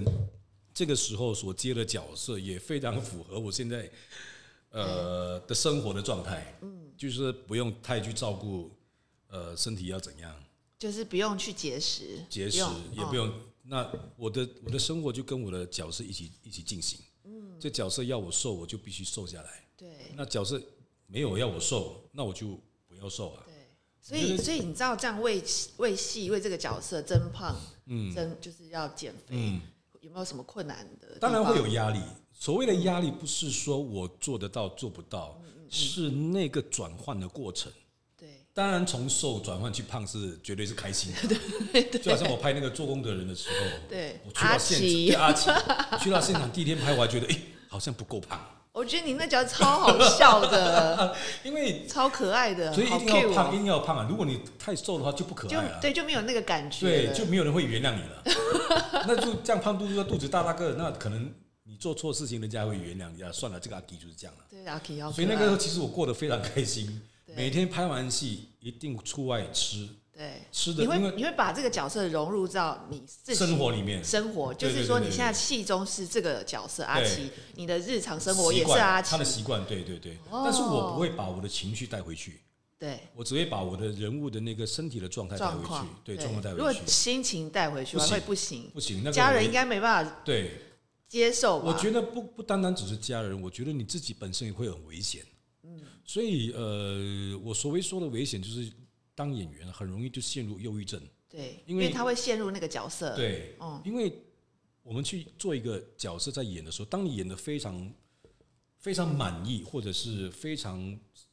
Speaker 2: 这个时候所接的角色也非常符合我现在呃的生活的状态，嗯，就是不用太去照顾呃身体要怎样
Speaker 1: 就是不用去节食，
Speaker 2: 节食，也不
Speaker 1: 用、哦
Speaker 2: 用、嗯那我的我的生活就跟我的角色一起一起进行，嗯，这角色要我瘦我就必须瘦下来，
Speaker 1: 对
Speaker 2: 那角色没有要我瘦，那我就不要瘦啊，
Speaker 1: 对，所以所以你知道这样为为戏为这个角色增胖，嗯，增就是要减肥，
Speaker 2: 嗯。
Speaker 1: 有没有什么困难的？
Speaker 2: 当然会有，压力。所谓的
Speaker 1: 嗯
Speaker 2: 压力，不是说我做得到做不到，是那个转换的过程。
Speaker 1: 对
Speaker 2: 当然，从瘦转换去胖是绝对是开心 的。就好像我拍那个做工的人的时候，
Speaker 1: 对
Speaker 2: 我去到现场，对 阿奇，去到现场第一天拍，我还觉得诶好像不够胖，
Speaker 1: 我觉得你那角色超好笑 的，
Speaker 2: 因为
Speaker 1: 超可爱的，
Speaker 2: 所以一
Speaker 1: 好
Speaker 2: 定要
Speaker 1: Q
Speaker 2: 胖，
Speaker 1: 哦，
Speaker 2: 一定要胖啊！如果你太瘦的话，就不可爱
Speaker 1: 就
Speaker 2: 了。
Speaker 1: 对就没有那个感觉
Speaker 2: 啊对，
Speaker 1: 了，
Speaker 2: 就没有人会原谅你了。 那就这样胖嘟嘟的肚子大大个，那可能你做错事情，人家会原谅你啊。算了，这个阿迪就是这样了。
Speaker 1: 对阿 K 好可爱，
Speaker 2: 所以那个时候其实我过得非常开心，
Speaker 1: 对
Speaker 2: 每天拍完戏一定出外吃
Speaker 1: 对
Speaker 2: 吃的，
Speaker 1: 你会
Speaker 2: 因为
Speaker 1: 你会把这个角色融入到你自己
Speaker 2: 生活里面
Speaker 1: 生活，就
Speaker 2: 对
Speaker 1: 是
Speaker 2: 对
Speaker 1: 说
Speaker 2: 对
Speaker 1: 你
Speaker 2: 对
Speaker 1: 现在戏中是这个角色阿
Speaker 2: 对
Speaker 1: 奇，你的日常生活
Speaker 2: 习
Speaker 1: 也是
Speaker 2: 惯
Speaker 1: 阿
Speaker 2: 他
Speaker 1: 奇
Speaker 2: 的，习惯，对对对。
Speaker 1: 哦
Speaker 2: 但是我不会把我的情绪带回去，
Speaker 1: 对
Speaker 2: 我只会把我的人物的那个身体的状态带
Speaker 1: 状
Speaker 2: 回去
Speaker 1: 况，
Speaker 2: 对状况带
Speaker 1: 如果
Speaker 2: 回去。
Speaker 1: 心情带回去
Speaker 2: 不行
Speaker 1: 会不行，
Speaker 2: 不行，那个
Speaker 1: 家
Speaker 2: 我
Speaker 1: 人
Speaker 2: 也
Speaker 1: 应该没办法
Speaker 2: 对，
Speaker 1: 接受吧？
Speaker 2: 我觉得不不单单只是家人，我觉得你自己本身也会很危险。嗯，所以呃，我所谓说的危险，就是当演员很容易就陷入忧郁症。
Speaker 1: 对，
Speaker 2: 因
Speaker 1: 因
Speaker 2: 为
Speaker 1: 为他会陷入那个角色，
Speaker 2: 对，
Speaker 1: 嗯
Speaker 2: 因为我们去做一个角色在演的时候，当你演的非常非常满
Speaker 1: 嗯
Speaker 2: 意，或者是非常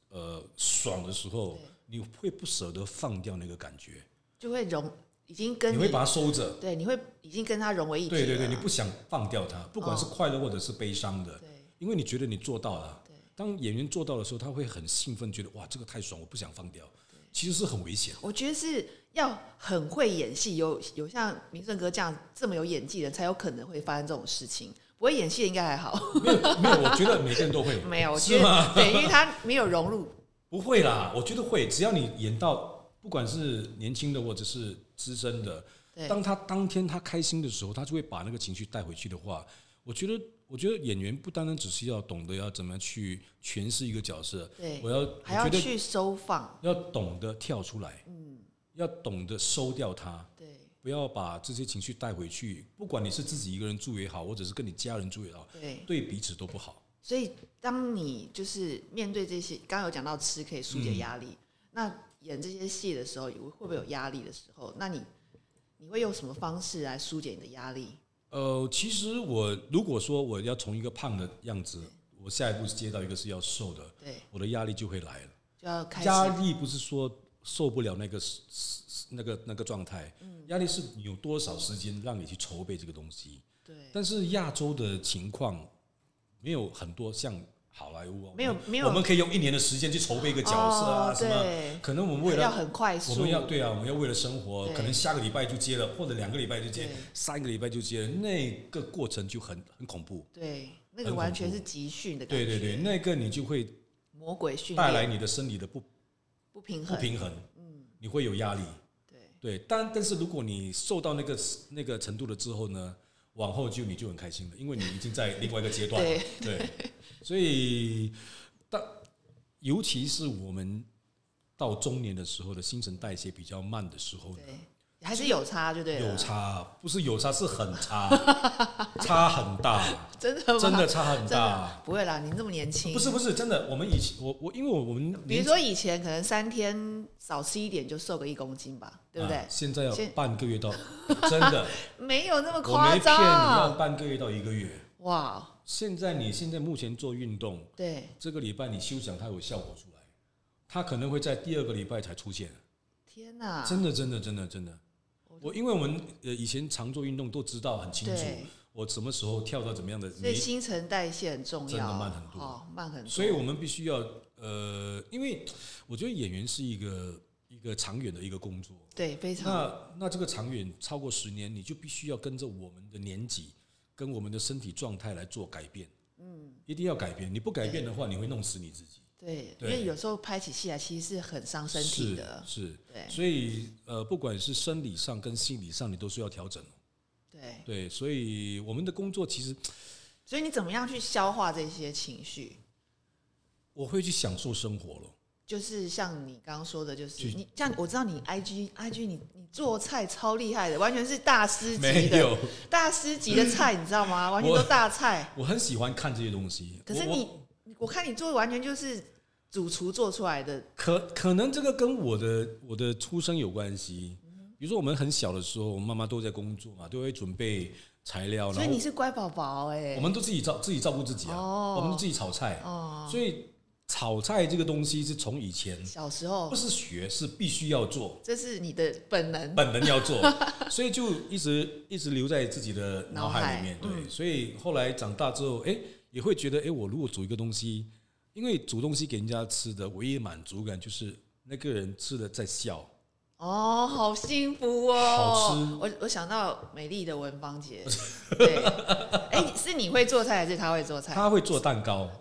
Speaker 2: 呃爽的时候
Speaker 1: 对，
Speaker 2: 你会不舍得放掉那个感觉。
Speaker 1: 就会融已经跟
Speaker 2: 你会把它收着。
Speaker 1: 对，你会已经跟它融为一体了
Speaker 2: 对
Speaker 1: 啦。
Speaker 2: 对对，你不想放掉它，不管是
Speaker 1: 哦
Speaker 2: 快乐或者是悲伤的，
Speaker 1: 对
Speaker 2: 因为你觉得你做到了
Speaker 1: 对。
Speaker 2: 当演员做到的时候，他会很兴奋，觉得哇，这个太爽，我不想放掉。其实是很危险的。
Speaker 1: 我觉得是要很会演戏，有有像明顺哥这样这么有演技的人，才有可能会发生这种事情。不会演戏的应该还好，
Speaker 2: 没有没有，我觉得每个人都会。
Speaker 1: 没有，我
Speaker 2: 是
Speaker 1: 觉
Speaker 2: 吗？
Speaker 1: 得对，因为他没有融入，
Speaker 2: 不会啦，我觉得会。只要你演到，不管是年轻的或者是资深的
Speaker 1: 对，
Speaker 2: 当他当天他开心的时候，他就会把那个情绪带回去的话，我觉得，我觉得演员不单单只是要懂得要怎么去诠释一个角色，
Speaker 1: 对
Speaker 2: 我要
Speaker 1: 还要
Speaker 2: 我觉得
Speaker 1: 去嗯收放，
Speaker 2: 要懂得跳出来，要懂得收掉它，
Speaker 1: 对
Speaker 2: 不要把这些情绪带回去。不管你是自己一个人住也好，或者是跟你家人住也好，
Speaker 1: 对。
Speaker 2: 对彼此都不好。
Speaker 1: 所以当你就是面对这些，刚刚有讲到吃可以疏解压力，
Speaker 2: 嗯
Speaker 1: 那演这些戏的时候，会不会有压力的时候？那你你会用什么方式来疏解你的压力？
Speaker 2: 呃，其实我如果说我要从一个胖的样子，我下一步接到一个是要瘦的，
Speaker 1: 对，
Speaker 2: 我的压力就会来了。
Speaker 1: 就要开始
Speaker 2: 压力不是说受不了那个那个那个状态，压力是你有多少时间让你去筹备这个东西。
Speaker 1: 对
Speaker 2: 但是亚洲的情况没有很多像好莱坞啊，
Speaker 1: 没有
Speaker 2: 我们
Speaker 1: 没有
Speaker 2: 我们可以用一年的时间去筹备一个角色啊，
Speaker 1: 哦
Speaker 2: 什么？
Speaker 1: 对，
Speaker 2: 可能我们为
Speaker 1: 要
Speaker 2: 了
Speaker 1: 很快
Speaker 2: 我
Speaker 1: 速，
Speaker 2: 们要对啊，我们要为了生活，
Speaker 1: 对
Speaker 2: 可能下个礼拜就接了，或者两个礼拜就接
Speaker 1: 对，
Speaker 2: 三个礼拜就接了，那个过程就很很恐怖。
Speaker 1: 对，那个
Speaker 2: 很
Speaker 1: 完
Speaker 2: 恐
Speaker 1: 全
Speaker 2: 怖
Speaker 1: 是集训的感
Speaker 2: 对
Speaker 1: 觉，
Speaker 2: 对对，那个你就会
Speaker 1: 魔鬼训
Speaker 2: 带来
Speaker 1: 练
Speaker 2: 你的生理的不
Speaker 1: 不平
Speaker 2: 不
Speaker 1: 衡，
Speaker 2: 平衡，你会有压力。
Speaker 1: 嗯对
Speaker 2: 对，但但是如果你受到那个那个程度了之后呢，往后就你就很开心了，因为你已经在另外一个阶段了。
Speaker 1: 对
Speaker 2: 对，所以但尤其是我们到中年的时候的新陈代谢比较慢的时候呢，
Speaker 1: 对，还是有差就对了，啊
Speaker 2: 有差，不是有差，是很 差，差很大，
Speaker 1: 真的吗
Speaker 2: 真的差很
Speaker 1: 真
Speaker 2: 大。
Speaker 1: 的不会啦，你这么年轻，
Speaker 2: 不是不是真的，我们以前我我因为我我们啊
Speaker 1: 比
Speaker 2: 年
Speaker 1: 如说以前可能三天少吃一点就瘦个一公斤吧，对不对？
Speaker 2: 啊现在要
Speaker 1: 现
Speaker 2: 半个月到，真的，
Speaker 1: 没有那么
Speaker 2: 我
Speaker 1: 夸
Speaker 2: 没骗你，要
Speaker 1: 张，
Speaker 2: 半个月到一个月。
Speaker 1: 哇，
Speaker 2: 现在你现在目前做运动，
Speaker 1: 对，
Speaker 2: 这个礼拜你休想它有效果出来，它可能会在第二个礼拜才出现。
Speaker 1: 啊天哪，
Speaker 2: 真的，真的，真的，真的。我因为我们呃以前常做运动都知道很清楚
Speaker 1: 对，
Speaker 2: 我什么时候跳到怎么样的
Speaker 1: 所以
Speaker 2: 你，
Speaker 1: 新陈代谢很重要，
Speaker 2: 真的慢很多
Speaker 1: 哦，慢很多，
Speaker 2: 所以我们必须要呃，因为我觉得演员是一个一个长远的一个工作。
Speaker 1: 对非常
Speaker 2: 那那这个长远超过十年，你就必须要跟着我们的年纪，跟我们的身体状态来做改变。嗯，一定要改变，你不改变的话，你会弄死你自己。
Speaker 1: 对，因
Speaker 2: 对
Speaker 1: 为有时候拍起戏来啊其实是很伤身体的，
Speaker 2: 是是，
Speaker 1: 对
Speaker 2: 所以呃，不管是生理上跟心理上，你都是要调整的。
Speaker 1: 对。
Speaker 2: 对，所以我们的工作其实
Speaker 1: 所以你怎么样去消化这些情绪？
Speaker 2: 我会去享受生活了。
Speaker 1: 就是像你刚刚说的，就是
Speaker 2: 去
Speaker 1: 你像我知道你 IG IG 你你做菜超厉害的，完全是大师级
Speaker 2: 没
Speaker 1: 的
Speaker 2: 有，
Speaker 1: 大师级的菜，你知道吗？完全都大菜。
Speaker 2: 我很喜欢看这些东西。
Speaker 1: 可是
Speaker 2: 我我
Speaker 1: 你我看你做的完全就是主厨做出来的，
Speaker 2: 可可能这个跟我的我的出生有关系。比如说我们很小的时候，我妈妈都在工作嘛，都会准备材料，
Speaker 1: 所以
Speaker 2: 然后
Speaker 1: 你是乖宝宝哎
Speaker 2: 我。们都自己照自己照顾自己啊，
Speaker 1: 哦
Speaker 2: 我们都自己炒菜，
Speaker 1: 哦，
Speaker 2: 所以炒菜这个东西是从以前
Speaker 1: 小时
Speaker 2: 不
Speaker 1: 候
Speaker 2: 是学，是必须要 做。
Speaker 1: 这是你的本能，
Speaker 2: 本能要做，所以就一直一直留在自己的脑海里面。
Speaker 1: 脑
Speaker 2: 对
Speaker 1: 海，嗯
Speaker 2: 所以后来长大之后，哎、也会觉得，哎、我如果煮一个东西，因为煮东西给人家吃的唯一的满足感就是那个人吃的在笑。
Speaker 1: 哦，好幸福哦！
Speaker 2: 好吃
Speaker 1: 我我想到美丽的文芳姐，对，哎、是你会做菜还是她会做菜？
Speaker 2: 他会做蛋糕、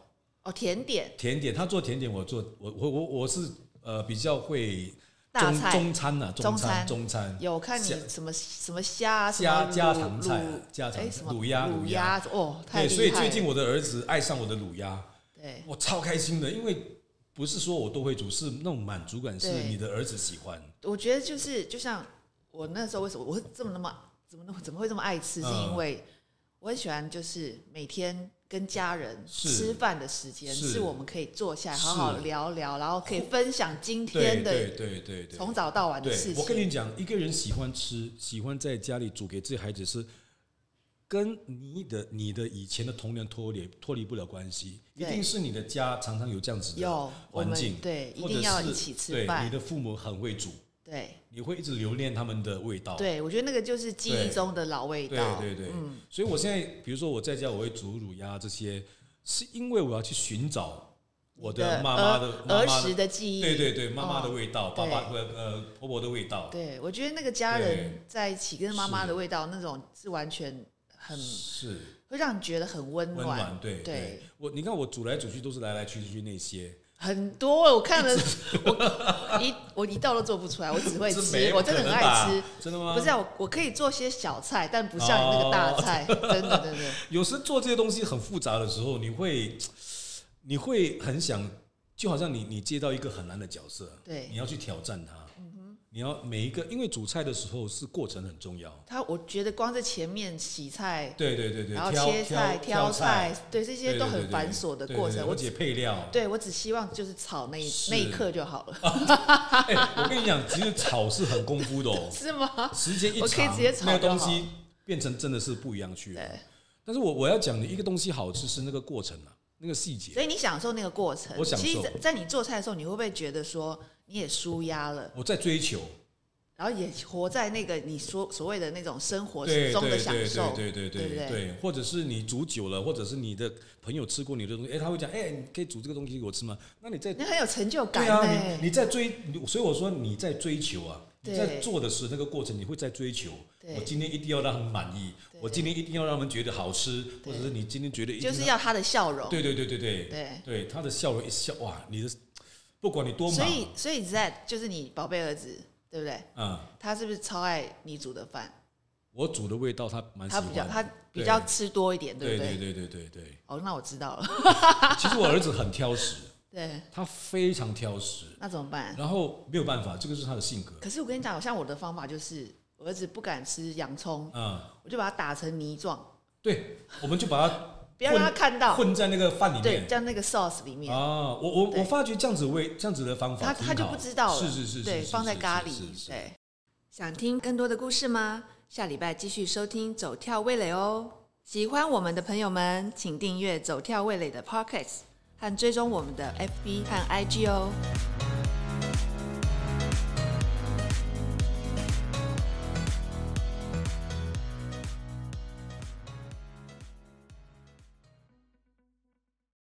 Speaker 1: 哦，甜点
Speaker 2: 甜点，他做甜点，我做我我我我是呃比较会
Speaker 1: 大
Speaker 2: 中
Speaker 1: 菜
Speaker 2: 中餐呐、啊，中餐
Speaker 1: 中
Speaker 2: 中餐。
Speaker 1: 有看你
Speaker 2: 虾
Speaker 1: 什么什么虾啊什
Speaker 2: 家
Speaker 1: 么
Speaker 2: 家
Speaker 1: 卤
Speaker 2: 常菜
Speaker 1: 卤
Speaker 2: 家常
Speaker 1: 哎
Speaker 2: 菜
Speaker 1: 什么
Speaker 2: 卤鸭
Speaker 1: 卤
Speaker 2: 卤鸭
Speaker 1: 哦，太
Speaker 2: 对，
Speaker 1: 厉害了。
Speaker 2: 所以最近我的儿子爱上我的卤鸭。
Speaker 1: 对
Speaker 2: 我超开心的，因为不是说我都会煮，是那种满足感，是
Speaker 1: 对
Speaker 2: 你的儿子喜欢。
Speaker 1: 我觉得就是就像我那时候为什么我会这么那么怎么那么怎么会这么爱吃，是因
Speaker 2: 嗯
Speaker 1: 为我很喜欢就是每天。跟家人
Speaker 2: 是
Speaker 1: 吃饭的时间
Speaker 2: 是
Speaker 1: 是我们可以坐下来好好
Speaker 2: 是
Speaker 1: 聊聊，然后可以分享今
Speaker 2: 对
Speaker 1: 天的
Speaker 2: 对对对对，
Speaker 1: 从早到晚的事
Speaker 2: 对，
Speaker 1: 情。
Speaker 2: 我跟你讲，一个人喜欢吃，喜欢在家里煮给自己孩子吃，跟你的你的以前的童年脱离脱离不了关系，一
Speaker 1: 对
Speaker 2: 定是你的家常常有这样子的
Speaker 1: 有我
Speaker 2: 环
Speaker 1: 们
Speaker 2: 境，
Speaker 1: 对一
Speaker 2: 或者
Speaker 1: 定要
Speaker 2: 是
Speaker 1: 一起吃
Speaker 2: 对
Speaker 1: 饭
Speaker 2: 你的父母很会煮，
Speaker 1: 对
Speaker 2: 你会一直留恋他们的味道。
Speaker 1: 对，我觉得那个就是记忆
Speaker 2: 对
Speaker 1: 中的老味
Speaker 2: 对
Speaker 1: 道。嗯
Speaker 2: 对对，所以我现在比如说我在家我会煮乳鸭这些，是因为我要去寻找我的妈妈的
Speaker 1: 儿
Speaker 2: 妈
Speaker 1: 儿
Speaker 2: 妈
Speaker 1: 时
Speaker 2: 的，
Speaker 1: 的记忆。哦
Speaker 2: 对对对，妈妈的味道，爸
Speaker 1: 对
Speaker 2: 爸呃呃婆婆的味
Speaker 1: 哦
Speaker 2: 道，
Speaker 1: 对，我觉得那个家人在一起跟妈妈的味道，那种是完全很
Speaker 2: 是
Speaker 1: 会让你觉得很温
Speaker 2: 温
Speaker 1: 暖。
Speaker 2: 暖，对
Speaker 1: 对，
Speaker 2: 我你看我煮来煮去都是来来去去那些，
Speaker 1: 很多我看了，我一我一道都做不出来，我只会
Speaker 2: 这没
Speaker 1: 吃，
Speaker 2: 有
Speaker 1: 我真的很
Speaker 2: 可能吧
Speaker 1: 爱吃。，
Speaker 2: 真的吗？哦
Speaker 1: 不是啊，我我可以做些小菜，但不像你那个大菜， 真的真的。
Speaker 2: 有时做这些东西很复杂的时候，你会你会很想，就好像你你接到一个很难的角色，
Speaker 1: 对嗯
Speaker 2: 你要去挑战它，你要每一个，因为煮菜的时候是过程很重要，
Speaker 1: 他我觉得光在前面洗菜，
Speaker 2: 对对对对，
Speaker 1: 然后
Speaker 2: 挑
Speaker 1: 切菜、
Speaker 2: 挑
Speaker 1: 挑菜
Speaker 2: 菜，，
Speaker 1: 对这些
Speaker 2: 对
Speaker 1: 都
Speaker 2: 对
Speaker 1: 很
Speaker 2: 对
Speaker 1: 繁琐的
Speaker 2: 对
Speaker 1: 过
Speaker 2: 对
Speaker 1: 程。
Speaker 2: 对
Speaker 1: 我
Speaker 2: 而
Speaker 1: 只
Speaker 2: 且配料，
Speaker 1: 对我只希望就是炒那一
Speaker 2: 是
Speaker 1: 那一刻就好了，，
Speaker 2: 哎，我跟你讲，其实炒是很功夫的哦
Speaker 1: 是吗？
Speaker 2: 时间一
Speaker 1: 我可以
Speaker 2: 长
Speaker 1: 直接，炒
Speaker 2: 那个
Speaker 1: 就
Speaker 2: 东
Speaker 1: 好
Speaker 2: 西变成真的是不一样去了
Speaker 1: 对。
Speaker 2: 但是我我要讲的一个东西好吃是那个过程啊，那个细节。
Speaker 1: 所以你享受那个过程。
Speaker 2: 我享受
Speaker 1: 其实在，在你做菜的时候，你会不会觉得说你也舒压了，
Speaker 2: 我在追求，
Speaker 1: 然后也活在那个你说所谓的那种生活
Speaker 2: 对
Speaker 1: 中的
Speaker 2: 对
Speaker 1: 享
Speaker 2: 对
Speaker 1: 受？
Speaker 2: 对对
Speaker 1: 对不
Speaker 2: 对
Speaker 1: 对
Speaker 2: 对，或者是你煮久了，或者是你的朋友吃过你的东西，哎，他会讲，哎，你可以煮这个东西给我吃吗？那你在
Speaker 1: 那很有成就感
Speaker 2: 对
Speaker 1: 呢、
Speaker 2: 啊，你你在追，你所以我说你在追求啊，
Speaker 1: 对
Speaker 2: 你在做的时候那个过程，你会在追求
Speaker 1: 对。
Speaker 2: 我今天一定要让他们满意，
Speaker 1: 对
Speaker 2: 我今天一定要让他们觉得好吃，或者是你今天觉得一定
Speaker 1: 就是要他的笑容。
Speaker 2: 对对对对对
Speaker 1: 对
Speaker 2: 对，他的笑容一笑，哇，你的不管你多
Speaker 1: 所
Speaker 2: 忙，啊
Speaker 1: 以，所以 Z 就是你宝贝儿子，对不对？
Speaker 2: 嗯，
Speaker 1: 他是不是超爱你煮的饭？
Speaker 2: 我煮的味道他蛮喜
Speaker 1: 他
Speaker 2: 欢
Speaker 1: 比
Speaker 2: 的，
Speaker 1: 较他比较吃多一点，对
Speaker 2: 对
Speaker 1: 不
Speaker 2: 对对对对对。
Speaker 1: 哦，那我知道了。
Speaker 2: 其实我儿子很挑食，
Speaker 1: 对，
Speaker 2: 他非常挑食，
Speaker 1: 那怎么办？
Speaker 2: 然后没有办法，这个是他的性格。
Speaker 1: 可是我跟你讲，好像我的方法就是，我儿子不敢吃洋葱，
Speaker 2: 嗯，
Speaker 1: 我就把它打成泥状，
Speaker 2: 对，我们就把它
Speaker 1: 不要让他
Speaker 2: 混
Speaker 1: 看到。
Speaker 2: 混在那个饭里
Speaker 1: 对，
Speaker 2: 面。
Speaker 1: 像那个 sauce 里面，
Speaker 2: 啊，我我
Speaker 1: 对
Speaker 2: 我发觉这样子味，这样子的方法
Speaker 1: 他
Speaker 2: 挺
Speaker 1: 他就
Speaker 2: 好
Speaker 1: 不知道了。
Speaker 2: 是是是，
Speaker 1: 对，
Speaker 2: 是
Speaker 1: 放在
Speaker 2: 是
Speaker 1: 咖
Speaker 2: 是是
Speaker 1: 喱。
Speaker 2: 是
Speaker 1: 对，想听更多的故事吗？下礼拜继续收听《走跳味蕾》哦。喜欢我们的朋友们，请订阅《走跳味蕾》的 Podcast 和追踪我们的 FB 和 IG 哦。